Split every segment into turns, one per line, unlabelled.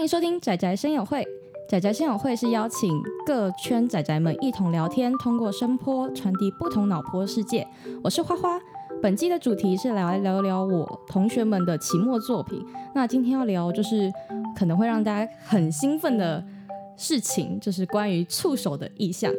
迎收听仔仔声友会。仔仔声友会是邀请各圈仔仔们一同聊天，通过声波传递不同脑波世界。我是花花，本季的主题是来聊聊我同学们的期末作品。那今天要聊就是可能会让大家很兴奋的事情，就是关于触手的意象。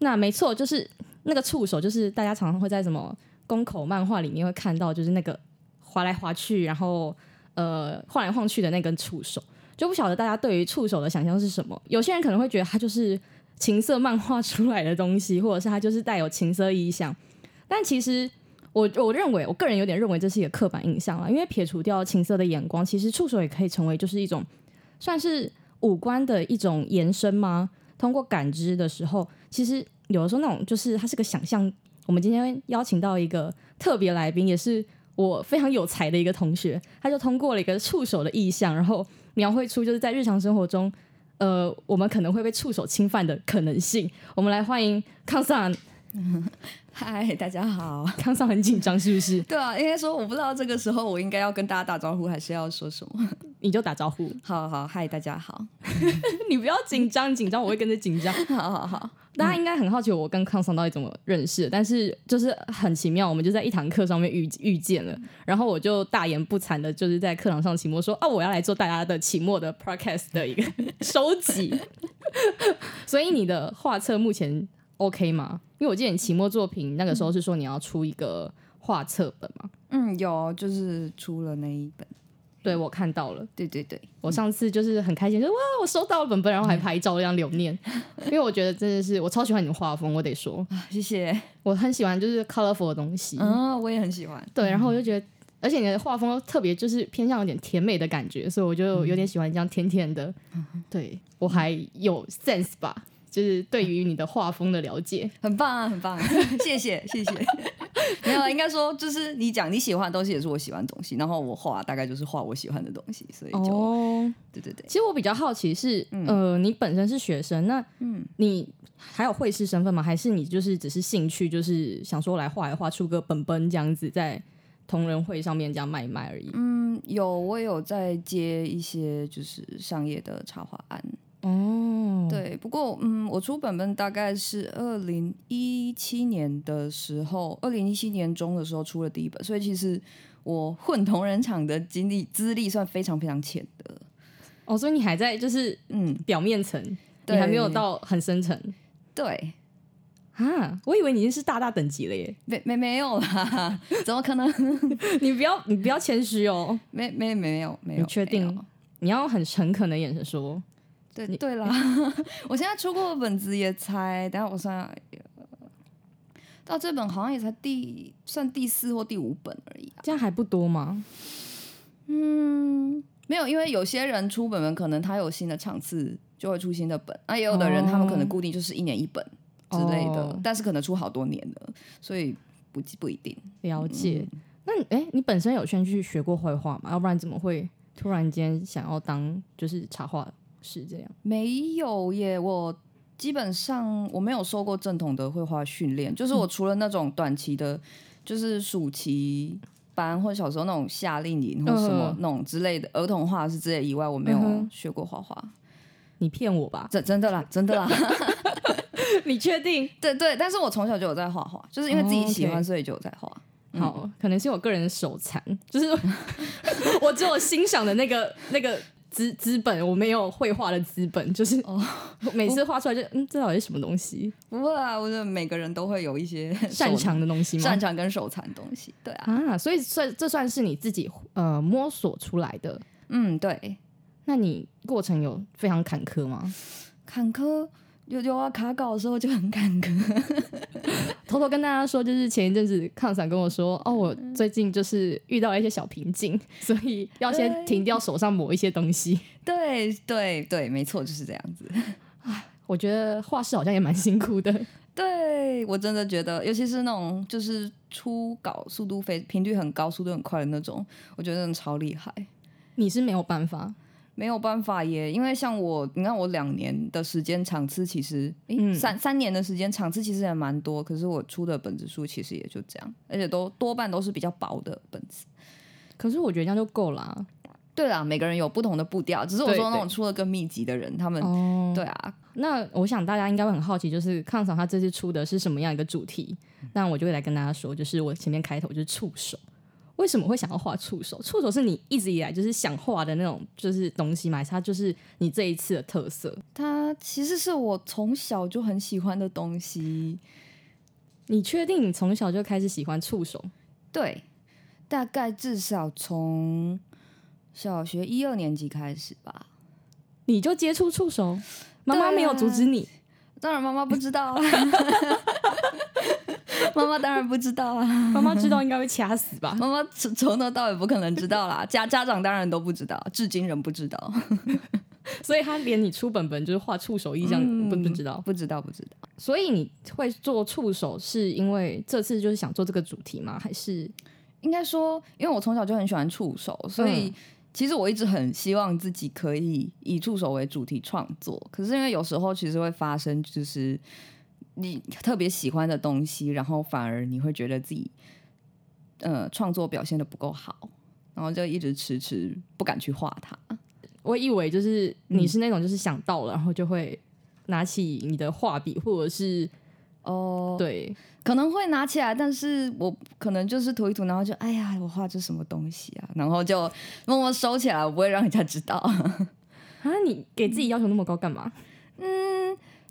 那没错，就是那个触手，就是大家常常会在什么宫口漫画里面会看到，就是那个划来划去，然后呃晃来晃去的那根触手。就不晓得大家对于触手的想象是什么？有些人可能会觉得它就是情色漫画出来的东西，或者是它就是带有情色意象。但其实我我认为，我个人有点认为这是一个刻板印象了，啊因为撇除掉情色的眼光，其实触手也可以成为就是一种算是五官的一种延伸吗？通过感知的时候，其实有的时候那种就是它是个想象。我们今天邀请到一个特别来宾，也是我非常有才的一个同学，他就通过了一个触手的意象，然后描绘出就是在日常生活中，呃，我们可能会被触手侵犯的可能性。我们来欢迎康桑，
嗨，大家好。
康桑很紧张是不是？
对啊，应该说我不知道这个时候我应该要跟大家打招呼，还是要说什么？
你就打招呼，
好好，嗨，大家好，
你不要紧张，紧张我会跟着紧张。
好好好，
大家应该很好奇我跟康桑到底怎么认识的，但是就是很奇妙，我们就在一堂课上面遇遇见了，然后我就大言不惭的，就是在课堂上期末说啊，我要来做大家的期末的 podcast 的一个收集。 所以你的画册目前 OK 吗？因为我记得你期末作品那个时候是说你要出一个画册本嘛，
嗯，有，就是出了那一本，
对我看到了。
对对对，
我上次就是很开心，就哇，我收到了本本，然后还拍照这样留念，因为我觉得真的是我超喜欢你的画风，我得说，
啊谢谢，
我很喜欢就是 colorful 的东西，
嗯，我也很喜欢，
对，然后我就觉得，而且你的画风特别就是偏向有点甜美的感觉，所以我就有点喜欢这样甜甜的。
嗯
对我还有 sense 吧，就是对于你的画风的了解。
很棒啊，很棒、啊，谢谢谢谢。 没有，啊应该说就是你讲你喜欢的东西也是我喜欢的东西，然后我画大概就是画我喜欢的东西，所以就、
哦，
对对对，
其实我比较好奇是，
嗯
呃，你本身是学生，那你还有会师身份吗？还是你就是只是兴趣，就是想说来画一画，出个本本这样子，在同人会上面这样卖一卖而已？
嗯，有我有在接一些就是商业的插画案，
哦，
对，不过嗯，我出本本大概是二零一七年的时候，二零一七年中的时候出了第一本，所以其实我混同人场的经历资历算非常非常浅的。
哦，所以你还在就是
嗯，
表面层，你
对
还没有到很深层
对，
啊！我以为你已经是大大等级了耶！
没没没有啦， 怎么可能？
你不要，你不要谦虚哦，
没没没有没有，
你确
没有
定？你要很诚恳的眼神说，
对
你
对啦，我现在出过的本子也才，等一下我算下呃到这本好像也才第算第四或第五本而已。啊
这样还不多吗？
没有，因为有些人出本本可能他有新的场次就会出新的本，那也有的人
哦
他们可能固定就是一年一本之类的，
哦
但是可能出好多年了，所以不不一定。
了解。那你哎，你本身有先去学过绘画吗？要不然怎么会突然间想要当就是插画师这样？
没有耶，我基本上我没有受过正统的绘画训练，就是
嗯
我除了那种短期的，就是暑期班或者小时候那种夏令营或什么
嗯
那种之类的儿童画室之类以外，我没
嗯
有
哼
学过画画。
你骗我吧？
真真的啦，真的啦。
你确定？
对对，但是我从小就有在画画，就是因为自己喜
哦，OK
欢，所以就有在画。
好，可能是我个人的手残， 就是我只有欣赏的那个那个资资本，我没有绘画的资本，就是每次画出来就嗯，这到底是什么东西？
不会啊，我觉得每个人都会有一些
擅
手、
长的东西吗
擅？长跟手残的东西。对啊，
啊，所以算这算是你自己呃摸索出来的。
嗯，对，
那你过程有非常坎坷吗？
坎坷。有有啊，卡稿的时候就很坎坷。
偷偷跟大家说，就是前一阵子康伞跟我说，哦，我最近就是遇到了一些小瓶颈， 所以要先
对
停掉手上某一些东西。
对对对，没错，就是这样子。
我觉得画室好像也蛮辛苦的。
对我真的觉得，尤其是那种就是初稿速度非频率很高、速度很快的那种，我觉得真的超厉害。
你是没有办法，
没有办法耶，因为像我，你看我两年的时间场次其实，诶
嗯
三三年的时间场次其实也蛮多，可是我出的本子数其实也就这样，而且都多半都是比较薄的本子。
可是我觉得这样就够了啊、
对啦，每个人有不同的步调，只是我
对
说那
对
种出的更密集的人，他们
哦，
对啊，
那我想大家应该会很好奇，就是抗嫂他这次出的是什么样一个主题？
嗯
那我就会来跟大家说，就是我前面开头就是触手，为什么会想要画触手？触手是你一直以来就是想画的那种就是东西嘛，还是它就是你这一次的特色？
它其实是我从小就很喜欢的东西。
你确定你从小就开始喜欢触手？
对，大概至少从小学一二年级开始吧。
你就接触触手？妈妈
对啊
没有阻止你，
当然，妈妈不知 道啊，妈妈当然不知道啊，
妈妈知道应该会掐死吧？
妈妈从从头到尾不可能知道啦，家家长当然都不知道，至今仍不知道，
所以她连你出本本就是画触手意向
嗯
不不知道。
不知道，不知道。
所以你会做触手，是因为这次就是想做这个主题吗？还是
应该说，因为我从小就很喜欢触手，所以其实我一直很希望自己可以以触手为主题创作。可是因为有时候其实会发生，就是你特别喜欢的东西，然后反而你会觉得自己呃创作表现的不够好，然后就一直迟迟不敢去画它。
我以为就是你是那种就是想到了，然后就会拿起你的画笔，或者是
哦，
对，
可能会拿起来，但是我可能就是涂一涂，然后就哎呀，我画这什么东西啊，然后就默默收起来，我不会让人家知道。
啊，你给自己要求那么高干嘛？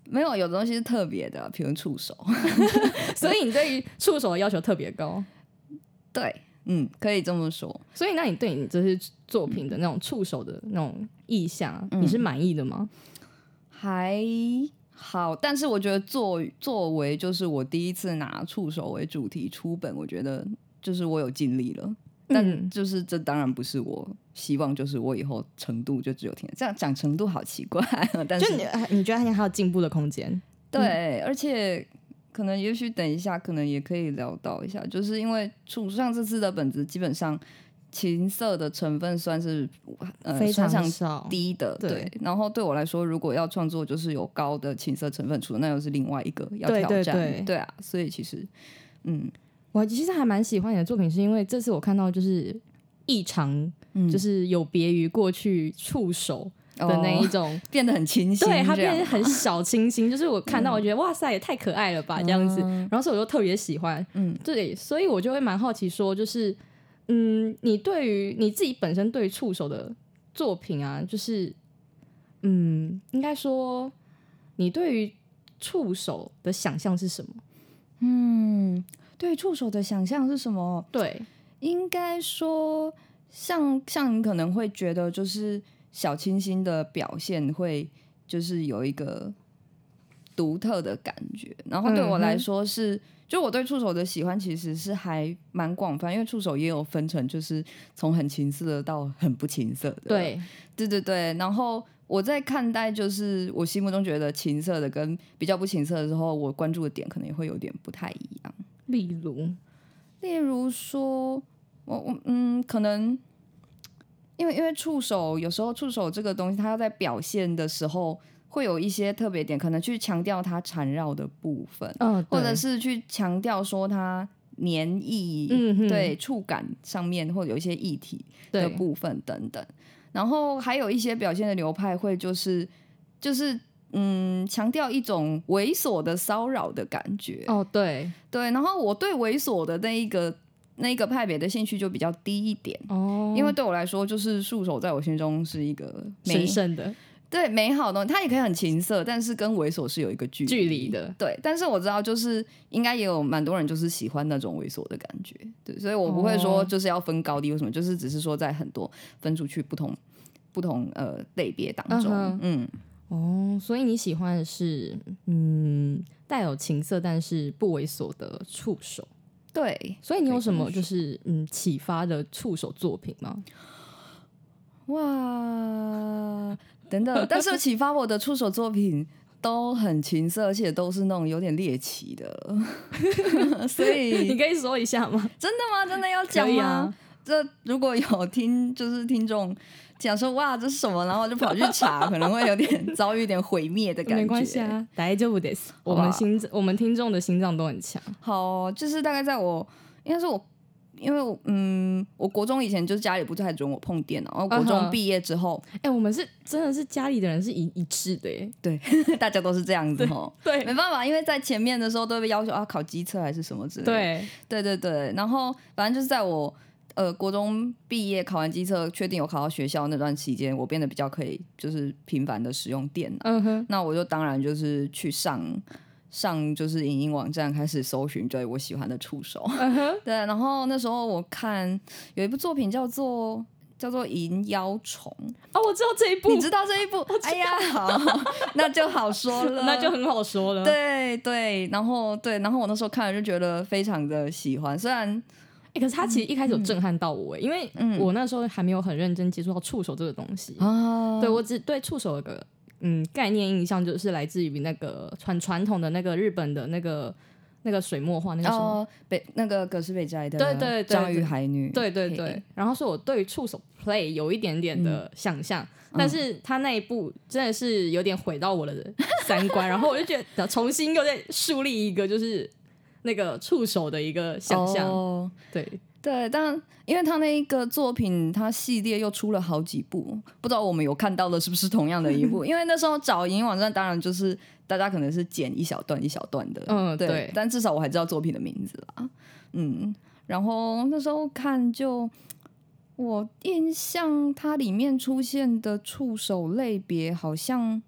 没有，有的东西是特别的，比如触手。
所以你对于触手的要求特别高。
对，嗯，可以这么说。
所以，那你对你这些作品的那种触手的那种意向，你是满意的吗？
还好，但是我觉得作作为就是我第一次拿触手为主题出本，我觉得就是我有尽力了。但
嗯
就是这当然不是我希望，就是我以后程度就只有天这样讲程度好奇怪啊，但是
就你你觉得还有进步的空间？
对，而且可能也许等一下，可能也可以聊到一下，就是因为处上这次的本子基本上情色的成分算是呃
非常
算上
少
低的，对。
对
然后对我来说，如果要创作就是有高的情色成分出，那又是另外一个要
对
挑
对
战，
对
啊。所以其实，嗯
我其实还蛮喜欢你的作品，是因为这次我看到就是异常，
嗯
就是有别于过去触手的那一
哦
种，
变得很清晰，
对它
这
变
样
得很小清新。就是我看到，
嗯
我觉得、哇塞，也太可爱了吧，这样子。然后所以我就特别喜欢，
嗯
对，所以我就会蛮好奇说，就是嗯，你对于你自己本身对于触手的作品啊，就是嗯，应该说你对于触手的想象是什么？
嗯，对触手的想象是什么？
对，
应该说，像像你可能会觉得，就是小清新的表现会就是有一个独特的感觉。然后对我来说是，就我对触手的喜欢其实是还蛮广泛，因为触手也有分成，就是从很情色的到很不情色的。
对，
对对对，然后我在看待就是我心目中觉得情色的跟比较不情色的时候，我关注的点可能也会有点不太一样。
例如。
例如说，我我嗯，可能因为因为触手有时候触手这个东西，它要在表现的时候会有一些特别点，可能去强调它缠绕的部分，
嗯，
或
对
者是去强调说它黏液，
嗯哼
对触感上面或者有一些议题
对
的部分等等。然后还有一些表现的流派会就是就是嗯，强调一种猥琐的骚扰的感觉，
哦，对，
对，然后我对猥琐的那一个那一个派别的兴趣就比较低一点，
哦，
因为对我来说，就是束手在我心中是一个美
神圣的
对美好的东西，它也可以很情色，但是跟猥琐是有一个距
距离。的，
对，但是我知道，就是应该也有蛮多人就是喜欢那种猥琐的感觉，对，所以我不会说
哦
就是要分高低，为什么？就是只是说在很多分出去不同不同呃类别当中，
嗯哼
嗯，
哦，所以你喜欢的是嗯带有情色但是不猥琐的触手，
对，
所以你
可以
有
这
什
么
么就是嗯启发的触手作品吗？
哇，等等，但是启发我的触手作品都很情色，而且都是那种有点猎奇的，所 以
你可以说一下吗？啊
真的吗？真的要讲
可以
吗？
啊
这如果有听就是听众讲说哇这是什么，然后就跑去查，可能会有点遭遇一点毁灭的感 觉。
没关系啊，大丈夫です。我
哇
们心我们听众的心脏都很强，
好，就是大概在我应该是我，因为我嗯，我国中以前就是家里不太准我碰电脑，然后国
嗯
中
哼
毕业之后
哎、我们是真的是家里的人是一一致的耶，嗯
大家都是这样子吼。
对
没办法，因为在前面的时候都会被要求啊考机测还是什么之类的。
对，
对对对，然后反正就是在我呃国中毕业考完机测，确定有考到学校那段期间，我变得比较可以就是频繁的使用电脑。
嗯哼，
那我就当然就是去上上就是影音网站开始搜寻，对我喜欢的触 手。
嗯
对，然后那时候我看有一部作品叫做。叫做《银妖虫
哦，我知道这一》，步
你，知道 这一部？哎呀，好，那就好说了，
那就很好说了。
对对。然后对，然后我那时候看了就觉得非常的喜欢，虽然
欸可是他其实一开始有震撼到我耶，因为我那时候还没有很认真接触到触手这个东西。
啊，
对我只对触手有个嗯概念印象，就是来自于那个传传统的那个日本的那个那个水墨画那个什么。
哦，北那个葛饰北斋的，
对对对
章鱼
对
海女，
对对
嘿
对，，然后说我对于触手 play 有一点点
嗯
的想象，但是他那一部真的是有点毁到我的 三观，然后我就觉得重新又再树立一个就是那个触手的一个想象，
哦
对，
对，但因为他那一个作品，他系列又出了好几部，不知道我们有看到的是不是同样的 一部？因为那时候找影音网站，当然就是大家可能是剪一小段一小段的，
嗯
对，
对
但至少我还知道作品的名字啦，嗯，然后那时候看就。我印象它里面出现的触手类别好像，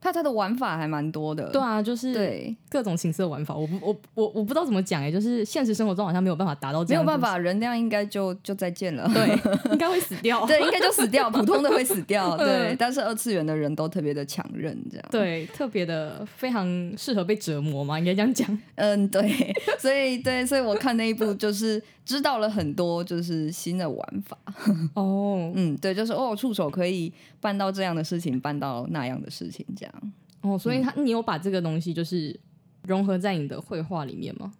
它它的玩法还蛮多的，
对啊，就是
对，
各种形式的玩法，我不我我我不知道怎么讲哎、就是现实生活中好像没有办法达到这
没有
样子，
办法，人量应该就就再见了。
对，应该会死掉。
对，应该就死掉，普通的会死掉，对
嗯，
但是二次元的人都特别的强韧，这样，
对特别的非常适合被折磨嘛，应该这样讲。
嗯，对，所以对，所以我看那一部就是知道了很多就是新的玩法，
哦
嗯，对，就是哦，触手可以办到这样的事情，办到那样的事情，这样，
哦，所以他你有把这个东西就是融合在你的绘画里面吗？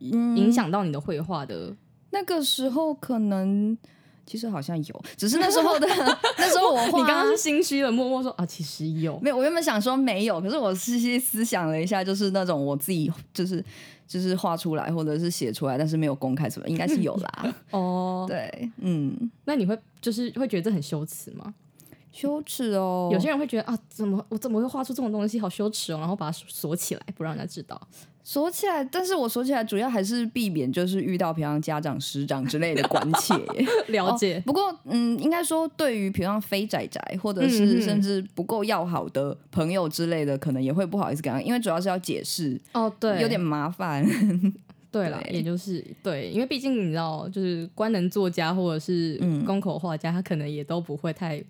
嗯，
影响到你的绘画的？
那个时候可能其实好像有，只是那时候的 那时候我画，啊
你刚刚是心虚的，默默说啊，其实 有。
没有，我原本想说没有，可是我细细思想了一下，就是那种我自己就是就是画出来或者是写出来，但是没有公开什么，应该是有啦。
哦，
对，嗯，
那你会就是会觉得这很羞耻吗？
羞耻哦
有些人会觉得啊，怎么我怎么会画出这种东西，好羞耻哦，然后把它锁起来，不让人家知道。
锁起来，但是我锁起来主要还是避免就是遇到平常家长、师长之类的关切。
了解
哦，不过，嗯，应该说对于平常非宅宅或者
嗯
是
嗯
甚至不够要好的朋友之类的，可能也会不好意思跟他，因为主要是要解释，
哦，对，
有点麻烦。
对啦，
对
也就是对，因为毕竟你知道，就是官能作家或者是
嗯
宫口画家，他可能也都不会太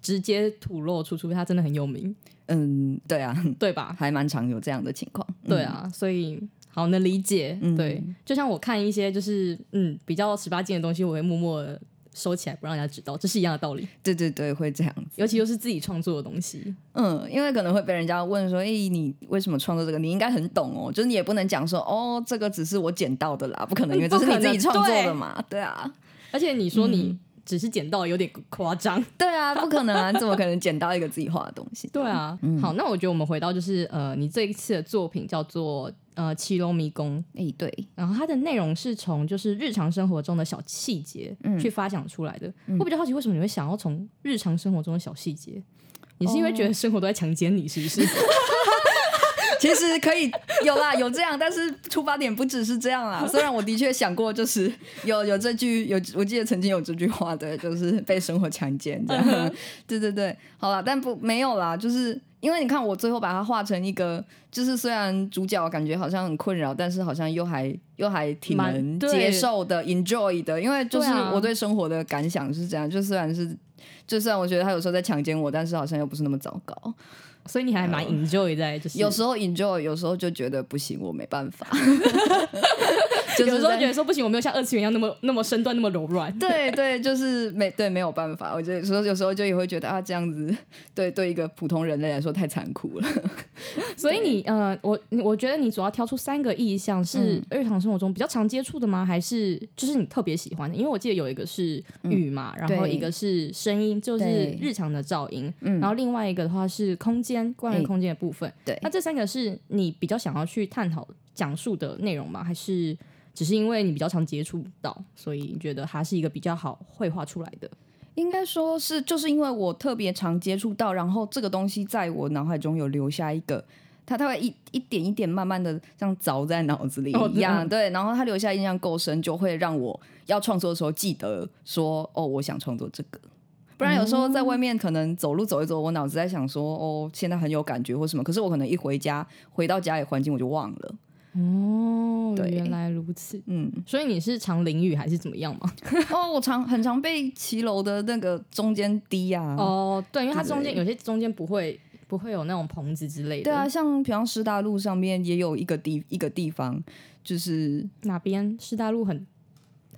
直接吐露出，除非他真的很有名，
嗯，对啊，
对吧？
还蛮常有这样的情况。嗯
对啊，所以好能理解。
嗯
对，就像我看一些就是嗯比较十八禁的东西，我会默默地收起来，不让人家知道，这是一样的道理。
对对对，会这样。
尤其又是自己创作的东西，
嗯，因为可能会被人家问说：“哎、你为什么创作这个？你应该很懂哦。”就是你也不能讲说：“哦，这个只是我捡到的啦，不可能，因为这是你自己创作的嘛。”对啊，
而且你说
嗯
你只是捡到，有点夸张。
对啊，不可能啊，你怎么可能捡到一个自己画的东西？
对啊，
嗯
好，那我觉得我们回到就是呃，你这一次的作品叫做呃《七龙迷宫》。
哎、对，
然后它的内容是从就是日常生活中的小细节去发想出来的。我比较好奇，为什么你会想要从日常生活中的小细节？你是因为觉得生活都在强奸你，是不是？
其实可以有啦，有这样，但是出发点不只是这样啦。虽然我的确想过，就是有有这句有，我记得曾经有这句话的，就是被生活强奸这样。 对对对，好啦，但不没有啦，就是因为你看我最后把它画成一个，就是虽然主角感觉好像很困扰，但是好像又还又还挺
蛮
能
对
接受的，enjoy 的。因为就是
对啊
我对生活的感想是这样，就虽然是。就虽然我觉得他有时候在强奸我，但是好像又不是那么糟糕。
所以你还蛮 enjoy 在就是
有时候 enjoy，有时候就觉得不行，我没办法。就是
有时候
在
觉得说不行，我没有像二次元一样那么那么身段那么柔软。
对对，就是没对没有办法，我觉得有时候有时候就也会觉得啊，这样子对对一个普通人类来说太残酷了。
所以你呃，我你我觉得你主要挑出三个意向是日常生活中比较常接触的吗？还是就是你特别喜欢的？因为我记得有一个是雨嘛，然后
对
一个是声音，就是
对
日常的噪音，
嗯
然后另外一个的话是空间，关于
哎
空间的部分。
对
那这三个是你比较想要去探讨讲述的内容吗？还是只是因为你比较常接触到，所以你觉得它是一个比较好绘画出来的？
应该说是，就是因为我特别常接触到，然后这个东西在我脑海中有留下一个，它它会一一点一点慢慢的像凿在脑子里
哦
一样，
嗯
对，然后它留下印象够深，就会让我要创作的时候记得说，哦，我想创作这个。不然有时候在外面可能走路走一走，我脑子在想说，哦，现在很有感觉或什么，可是我可能一回家，回到家里环境我就忘了。
哦，
对
原来如此。
嗯，
所以你是常淋雨还是怎么样吗？
哦，我常很常被骑楼的那个中间滴呀、啊。
哦，对，因为它中间
对
有些中间不会不会有那种棚子之类的。
对啊，，像平常师大路上面也有一个地一个地方，就是
哪边师大路很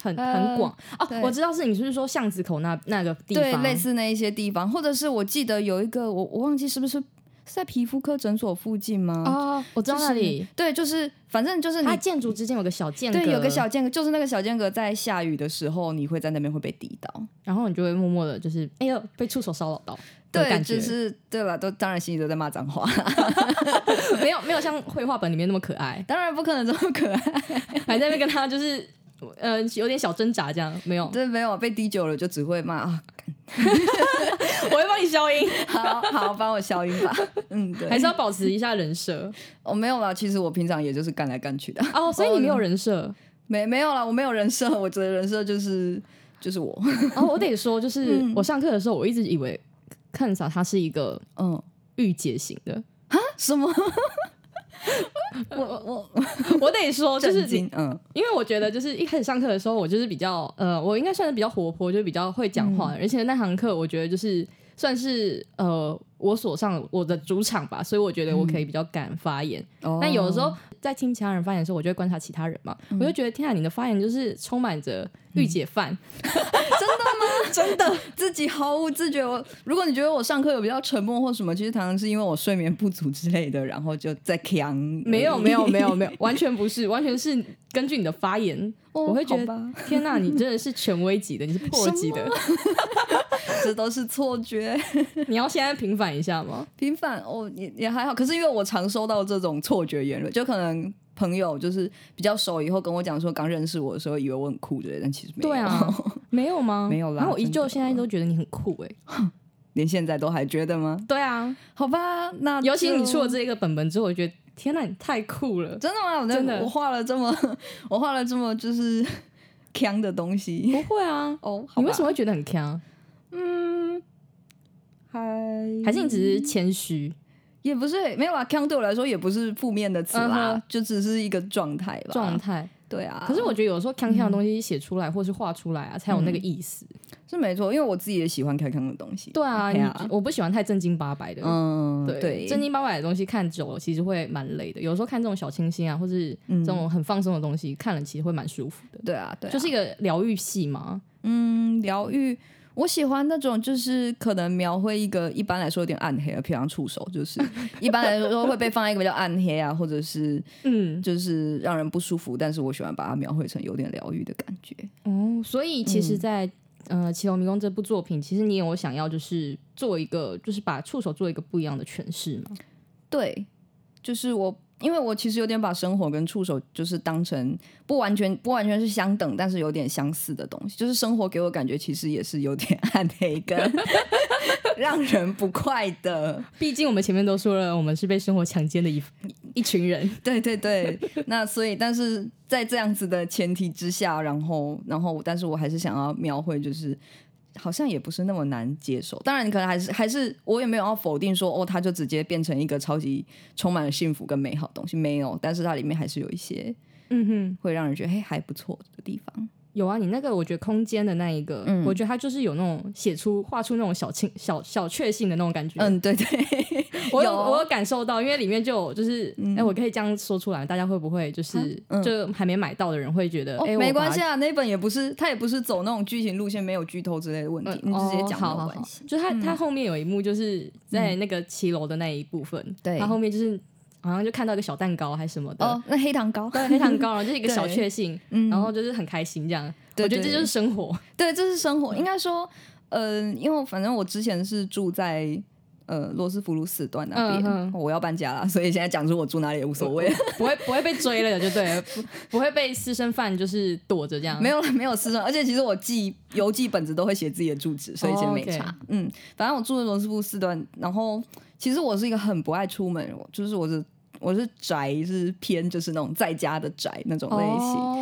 很
呃
很广哦、
对
我知道是你是不是说巷子口那那个地
对
方？
类似那一些地方，或者是我记得有一个我我忘记是不是是在皮肤科诊所附近吗？
哦，我知
就
道
是
那里，
对，就是反正就是你
它建筑之间有个小间隔，
对有个，小间隔，就是那个小间隔在下雨的时候，你会在那边会被滴到。
然后你就会默默的，就是哎呦被触手骚扰到的
对，
感觉，
就是对了，都当然心里都在骂脏话，
没有没有像绘画本里面那么可 爱，
当然不可能这么可爱。
还在那边跟他就是呃有点小挣扎这样，没有，
对，没有被滴久了就只会骂 啊，
我会帮你消音，
好好帮我消音吧。 嗯，对，
还是要保持一下人设
我、没有啦，其实我平常也就是干来干去的。
哦，所以你没有人设。
没没有啦，我没有人设，我觉得人设就是就是我，
然后我得说，就是我上课的时候，我一直以为看嫂她是一个
嗯，
御姐型 的。
什么？我我
我得说，
我
就是
震惊，嗯
因为我觉得，就是一开始上课的时候，我就是比较呃，我应该算是比较活泼，就是比较会讲
嗯
话，而且那堂课我觉得就是算是呃我所上我的主场吧，所以我觉得我可以比较敢发言。
嗯哦
但有的时候在听其他人发言的时候，我就会观察其他人嘛，
嗯
我就觉得天啊，你的发言就是充满着御姐范，
真的自己毫无自觉。我如果你觉得我上课有比较沉默或什么，其实常常是因为我睡眠不足之类的，然后就在扛。
没 有没有没有没有，完全不是，完全是根据你的发言，
哦
我会觉
好
得
吧
天哪，你真的是权威级的，你是破级的，
这都是错觉。
你要现在平反一下吗？
平凡哦，也也还好。可是因为我常收到这种错觉言论，就可能朋友就是比较熟以后跟我讲说，刚认识我的时候以为我很酷之类的，但其实没有。
对啊，没有吗？
没有啦
然后我依旧
真的
现在都觉得你很酷哎、
连现在都还觉得吗？
对啊，哦
好吧，那
尤其你
就
出了这一个本本之后，我觉得天哪，你太酷了。
真的吗？我
真
真
的
的我画了这么 我画了这么就是强的东西
不会啊，
哦，好
你
吧
为什么会觉得很强？
还
还是你只是谦虚？
也不是没有啊？强对我来说也不是负面的词啦
嗯哼
就只是一个状态吧。
状态，
对啊，
可是我觉得有时候康康的东西写出来或是画出来啊，才有那个意思。
是没错，因为我自己也喜欢强强的东西。
对啊，
对
你
啊
我不喜欢太正经八百的，
嗯，
对，正经八百的东西看久了，其实会蛮累的。有时候看这种小清新啊，或是这种很放松的东西，看了其实会蛮舒服的，
对啊，对啊，
就是一个疗愈系嘛。
嗯，疗愈。我喜欢那种，就是可能描绘一个一般来说有点暗黑的啊平常触手，就是 一般来说会被放在一个比较暗黑啊，或者是
嗯，
就是让人不舒服，但是我喜欢把它描绘成有点疗愈的感觉。
哦，所以其实在，呃《骑楼迷宫》这部作品，其实你有想要就是做一个，就是把触手做一个不一样的诠释嘛？
对，就是我，因为我其实有点把生活跟触手就是当成不完全不完全是相等，但是有点相似的东西。就是生活给我感觉其实也是有点 暗黑跟让人不快的。
毕竟我们前面都说了，我们是被生活强奸的一 一群人。
对对对，那所以但是在这样子的前提之下，然后然后但是我还是想要描绘就是。好像也不是那么难接受，当然你可能还是还是我也没有要否定说哦，它就直接变成一个超级充满了幸福跟美好的东西没有，但是它里面还是有一些
嗯哼，
会让人觉得嘿还不错的地方。
有啊，你那个我觉得空间的那一个，
嗯
我觉得它就是有那种写出画出那种小庆小小确幸的那种感觉。
嗯，对对，
我有
有
我有感受到，因为里面就有就是，哎、我可以这样说出来，大家会不会就是、
嗯
就还没买到的人会觉得，哎、
哦，
我
没
把
关系啊，那本也不是，他也不是走那种剧情路线，没有剧透之类的问题，
嗯
你直接讲
哦、好
没
好好
有关系。嗯
就他、他后面有一幕，就是在那个骑楼的那一部分，
嗯对
他后面就是好像就看到一个小蛋糕还是什么的，
哦，那黑糖糕，
对，非常高，然后 就是一个小
对
确幸，
嗯
然后就是很开心这样。
对
我觉得
对
这就是生活，
对，这是生活，
嗯
应该说，呃，因为反正我之前是住在。呃，罗斯福路四段那边、
嗯嗯嗯
我要搬家啦，所以现在讲出我住哪里也无所谓。
不 会不会被追了，就对了，不不会被私生饭就是躲着这样。
没有了，没有私生，而且其实我寄邮寄本子都会写自己的住址，所以其实没差。
哦，OK
嗯，反正我住的罗斯福四段，然后其实我是一个很不爱出门的人，我就是我是我是宅，是偏就是那种在家的宅那种类型。
哦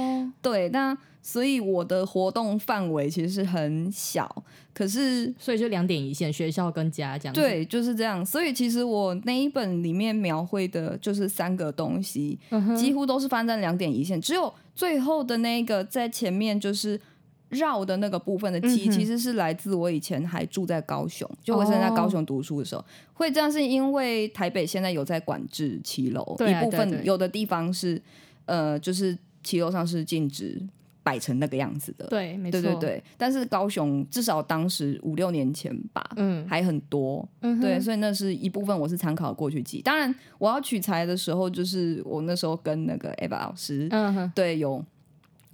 对，那所以我的活动范围其实是很小，可是
所以就两点一线，学校跟家这样。，
对，就是这样。所以其实我那一本里面描绘的就是三个东西，
嗯
几乎都是发生在两点一线，只有最后的那一个在前面就是。绕的那个部分的记忆，
嗯哼
其实是来自我以前还住在高雄，就我以前在
哦
高雄读书的时候，会这样是因为台北现在有在管制骑楼，
对啊
一部分
对对
有的地方是呃，就是骑楼上是禁止摆成那个样子的，
对，没错，
对对，对。但是高雄至少当时五六年前吧，
嗯
还很多，
嗯哼
对，所以那是一部分我是参考过去记。当然，我要取材的时候，就是我那时候跟那个 Eva 老师，
嗯哼，
对，有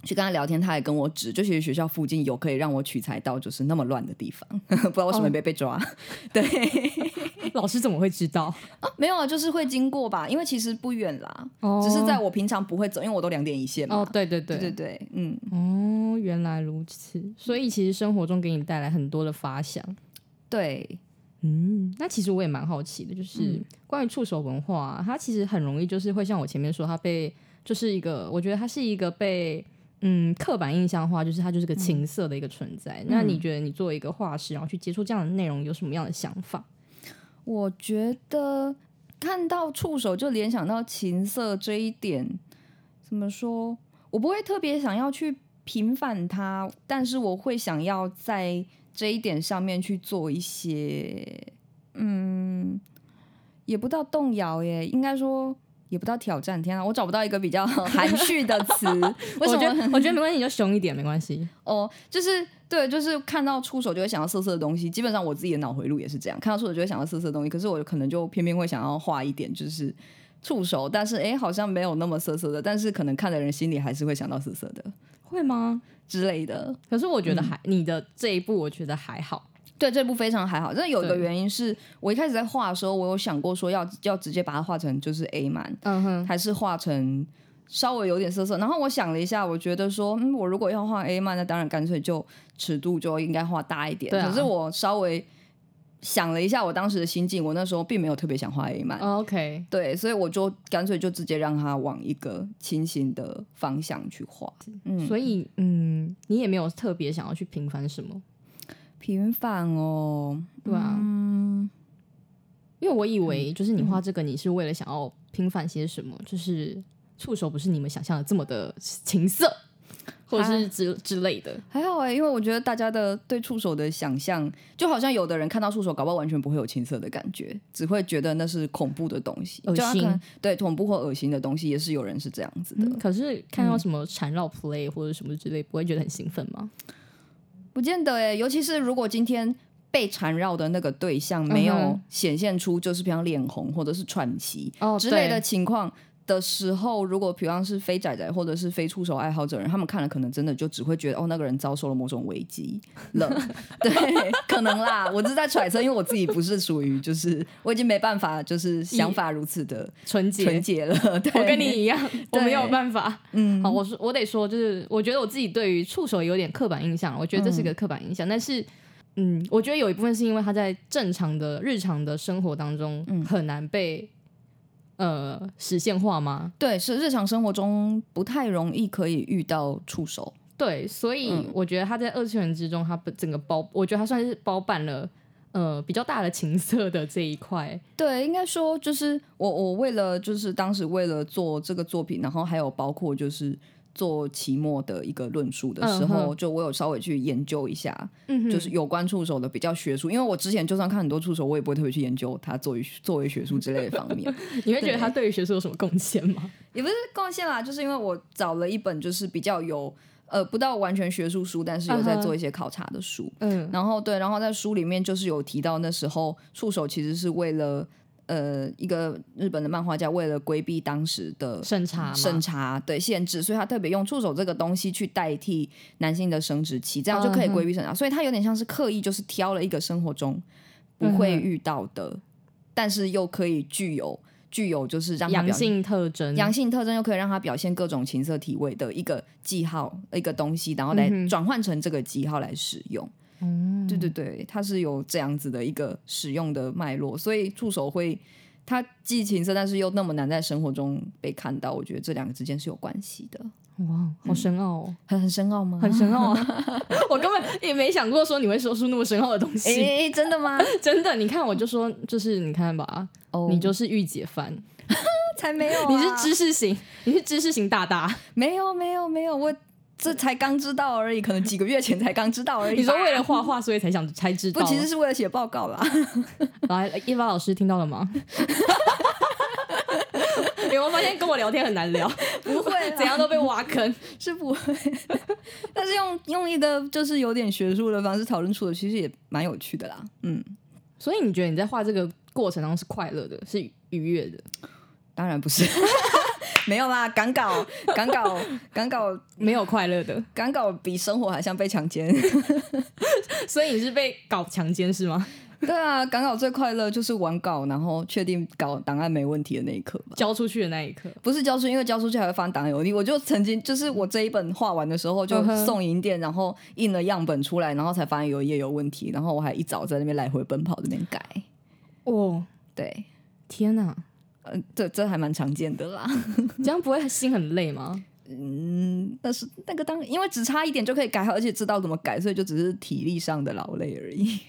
去跟他聊天，他也跟我指，就其实学校附近有可以让我取材到就是那么乱的地方， 不知道为什么
哦
没被 抓。
老师怎么会知道？
没有啊，就是会经过吧，因为其实不远啦，
哦
只是在我平常不会走，因为我都两点一线嘛。
哦，对对对
对对对，嗯，
哦，原来如此。所以其实生活中给你带来很多的发想。
对，
嗯，那其实我也蛮好奇的，就是
嗯
关于触手文化啊、它其实很容易就是会像我前面说，它被就是一个，我觉得它是一个被嗯刻板印象化，就是它就是个情色的一个存
嗯
在。那你觉得你作为一个画师，然后去接触这样的内容，有什么样的想法？
我觉得看到触手就联想到情色这一点，怎么说？我不会特别想要去平反它，但是我会想要在这一点上面去做一些，嗯，也不到动摇耶，应该说。也不到挑战，天啊，我找不到一个比较含蓄的词。为 什
我觉
么？
得我觉得没关系，你就凶一点没关系。
哦，就是对，就是看到触手就会想到色色的东西。基本上我自己的脑回路也是这样，看到触手就会想到色色的东西。可是我可能就偏偏会想要画一点，就是触手，但是诶好像没有那么色色的，但是可能看的人心里还是会想到色色的
会吗？
之类的。
可是我觉得还、你的这一步，我觉得还好。
对，这部非常还好。但有一个
对
原因是我一开始在画的时候，我有想过说要要直接把它画成就是 A 漫，
嗯哼，
还是画成稍微有点色色。然后我想了一下，我觉得说，嗯，我如果要画 A 漫，那当然干脆就尺度就应该画大一点。
对啊
可是我稍微想了一下我当时的心境，我那时候并没有特别想画 A 漫。
哦 OK，
对，所以我就干脆就直接让它往一个清醒的方向去画。嗯，
所以嗯，你也没有特别想要去平凡什么。
平凡哦，
对啊，因为我以为就是你画这个，你是为了想要平反些什么，就是触手不是你们想象的这么的情色，或者是之、之类的。
还好哎、因为我觉得大家的对触手的想象，就好像有的人看到触手，搞不好完全不会有青涩的感觉，只会觉得那是恐怖的东西，
恶
就他可
心
能对恐怖或恶心的东西，也是有人是这样子的，
可是看到什么缠绕 play 或者什么之类，不会觉得很兴奋吗？
不见得哎、尤其是如果今天。被缠绕的那个对象
嗯
没有
哼
显现出，就是平常脸红或者是喘息
哦
之类的情况的时候，如果比方是非宅宅或者是非触手爱好者人，他们看了可能真的就只会觉得哦，那个人遭受了某种危机了， 对，可能啦，我是在揣测，因为我自己不是属于就是我已经没办法，就是想法如此的
纯洁，
纯洁了。对
我跟你一样， 我没有
对
办法。嗯，好，我说我得说，就是我觉得我自己对于触手有点刻板印象，我觉得这是个刻板印象，但是。嗯，我觉得有一部分是因为他在正常的日常的生活当中很难被、呃实现化吗？
对，是日常生活中不太容易可以遇到触手。
对，所以我觉得他在二次元之中，他整个包，我觉得他算是包办了呃比较大的情色的这一块。
对，应该说就是我我为了就是当时为了做这个作品，然后还有包括就是做期末的一个论述的
嗯
时候，
哼
就我有稍微去研究一下，
嗯哼
就是有关触手的比较学术，因为我之前就算看很多触手，我也不会特别去研究它作为作为学术之类的方 面，
你会觉得
对
他对于学术有什么贡献吗？
也不是贡献啦，就是因为我找了一本就是比较有呃不到完全学术书，但是有
嗯
在
哼
做一些考察的书，
嗯，
然后对，然后在书里面就是有提到，那时候触手其实是为了呃一个日本的漫画家为了规避当时的
审查嘛，
审查对限制，所以他特别用触手这个东西去代替男性的生殖器，这样就可以
嗯
规避审查。所以他有点像是刻意就是挑了一个生活中不会
嗯哼
遇到的，但是又可以具有具有就是让他
阳
表现。
性特征，
阳性特征又可以让它表现各种情色体味的一个记号，一个东西，然后来
嗯哼
转换成这个记号来使用。
嗯
对对对，它是有这样子的一个使用的脉络，所以触手会它既情色，但是又那么难在生活中被看到，我觉得这两个之间是有关系的。
哇，好深奥哦，
很很深奥吗？
很深奥 啊！我根本也没想过说你会说出那么深奥的东
诶、
西，
真的吗？
真的。你看，我就说，就是你看吧，
哦
你就是御姐范，
才没有啊、
你是知识型，你是知识型大 大。
没有没有没有，我这才刚知道而已，可能几个月前才刚知道而已吧。
你说为了画画，所以才想才知道
不，
吗？
其实是为了写报告啦。
来，叶发老师听到了 吗？有没有发现跟我聊天很难聊？
不会啦
怎样都被挖坑。
是不会， 但是用用一个就是有点学术的方式讨论出的，其实也蛮有趣的啦。嗯，
所以你觉得你在画这个过程当中是快乐的，是愉悦的？
当然不是， 没有啦，赶稿赶稿赶稿
没有快乐 的，
赶稿比生活还像被强奸。
所以你是被搞强奸是吗？
对啊，赶稿最快乐就是完稿，然后确定稿档案没问题的那一刻吧。
交出去的那一刻，
不是交出去，因为交出去还会发档案有问题。我就曾经就是我这一本画完的时候，就
嗯哼
送银店，然后印了样本出来，然后才发现有一页有问题，然后我还一早在那边来回奔跑这边改。
哦，
对，
天哪，
嗯，这这还蛮常见的啦。
这样不会心很累吗？
但是那个当因为只差一点就可以改好，而且知道怎么改，所以就只是体力上的劳累而已。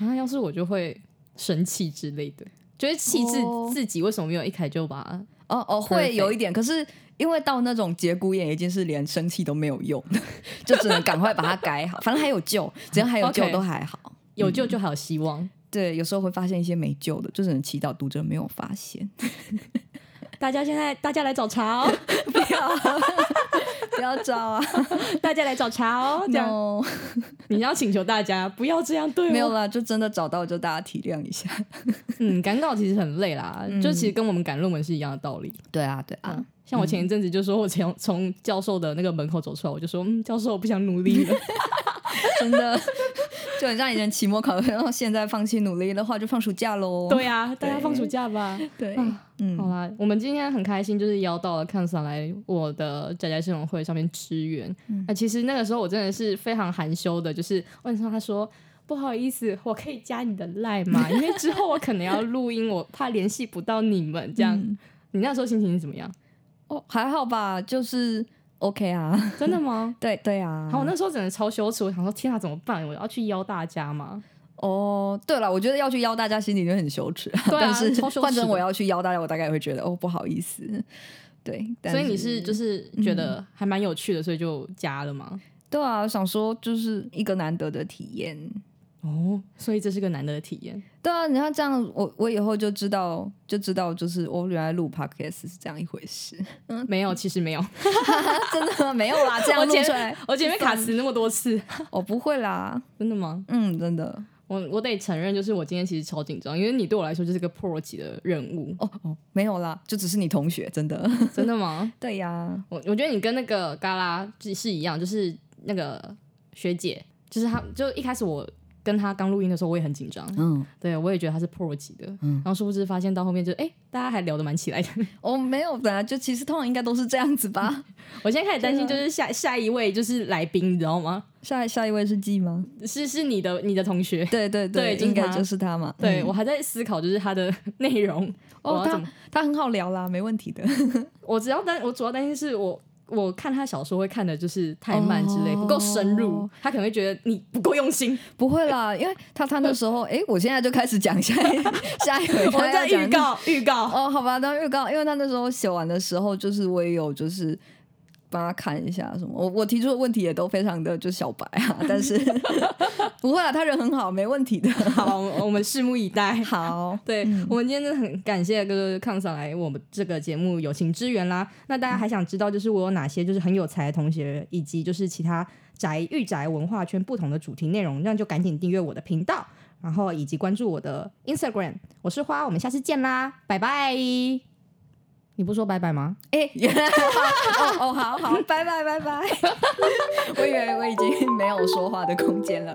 啊，要是我就会生气之类的，就会气自、
哦
自己为什么没有一开始就把它
哦哦，会有一点，可是因为到那种节骨眼，已经是连生气都没有用， 就只能赶快把它改好。反正还有救，只要还有救
OK
都还好。
有救就还有希望。
对，有时候会发现一些没救的，就只能祈祷读者没有发现。
大家现在大家来找茬 哦，
不要， 不要找啊
大家来找茬哦，这样
！No，
你要请求大家不要这样对我。哦
没有啦，就真的找到，就大家体谅一下。
嗯，赶稿其实很累啦，就其实跟我们赶论文是一样的道理。
对啊，对啊，
像我前一阵子就说，我从从教授的那个门口走出来，我就说，嗯，教授，我不想努力了。
真的 就很像以前期末考，然后现在放弃努力的话，就放暑假喽。
对啊，大家放暑假 吧。
对
啊
嗯，
好啦，我们今天很开心，就是邀到了看上来我的宅宅生活会上面支援。那、其实那个时候我真的是非常含羞的，就是问上他说。不好意思，我可以加你的赖 吗？因为之后我可能要录音，我怕联系不到你们。这样，你那时候心情是怎么样？
哦，还好吧，就是 OK 啊，
真的 吗？
对对啊
然。后我那时候真的超羞耻，我想说天啊，怎么办？我要去邀大家吗？
哦，对了，我觉得要去邀大家，心里就很羞耻、
对啊
但是
超羞耻的
换成我要去邀大家，我大概也会觉得哦不好意思。对，但
所以你是嗯就是觉得还蛮有趣的，所以就加了吗？
对啊，想说就是一个难得的体验。
哦，所以这是个难得的体验。
对啊，你看这样，我我以后就知道，就知道，就是我、哦、原来录 podcast 是这样一回事，
没有，其实 没有，
真的吗没有啦，这样
我
录
前
出来，
我前面卡词那么多次，
我、哦、不会啦，
真的吗？
嗯，真的，
我我得承认，就是我今天其实超紧张，因为你对我来说就是个 pro 级的任务。
哦哦，没有啦，就只是你同学，真的。
真的吗？
对呀，
我我觉得你跟那个嘎啦是是一样，就是那个学姐，就是她，就一开始我跟她刚录音的时候，我也很紧张，
嗯，
对，我也觉得他是 pro 级的，然后殊不知发现到后面就哎、诶大家还聊得蛮起来的。
我、哦没有，本来就其实通常应该都是这样子吧。
我现在开始担心，就是下下一位就是来宾，你知道吗？
下下一位是季吗？
是是你的你的同学，
对对
对就是
应该
他
就是他嘛。
对
嗯
我还在思考，就是他的 内容。我
哦，
要怎么
他他很好聊啦，没问题的。
我只要担，我主要担心是我。我看他小说会看的就是太慢之类，
哦
不够深入，他可能会觉得你不够用心。
不会啦，因为他他那时候，诶，我现在就开始讲下一 下一回，
我们在预。告预告，
哦，好吧，当预告，因为他那时候写完的时候，就是我也有就是帮他看一下什么。我我提出的问题也都非常的就小白啊，但是不会啊，他人很好，没问题的。
好，我们拭目以待。
好，
对、我们今天真的很感谢就是康嫂来我们这个节目友情支援啦。那大家还想知道就是我有哪些就是很有才的同学，以及就是其他宅御宅文化圈不同的主题内容，那就赶紧订阅我的频道，然后以及关注我的 Instagram。我是花，我们下次见啦，拜拜。你不说拜拜吗？
哎、原来哦哦，好好， 拜拜拜拜。我以为我已经没有说话的空间了。